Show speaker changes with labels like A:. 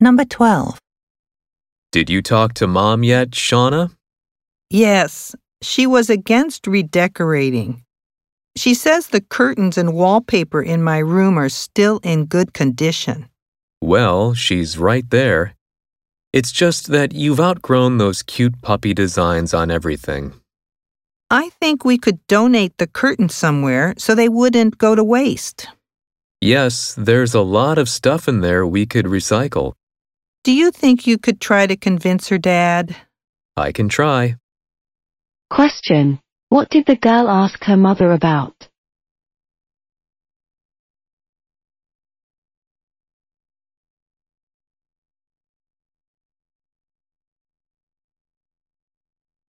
A: Number 12.
B: Did you talk to mom yet, Shauna?
C: Yes, she was against redecorating. She says the curtains and wallpaper in my room are still in good condition.
B: Well, she's right there. It's just that you've outgrown those cute puppy designs on everything.
C: I think we could donate the curtains somewhere so they wouldn't go to waste.
B: Yes, there's a lot of stuff in there we could recycle.
C: Do you think you could try to convince her dad?
B: I can try.
D: Question. What did the girl ask her mother about?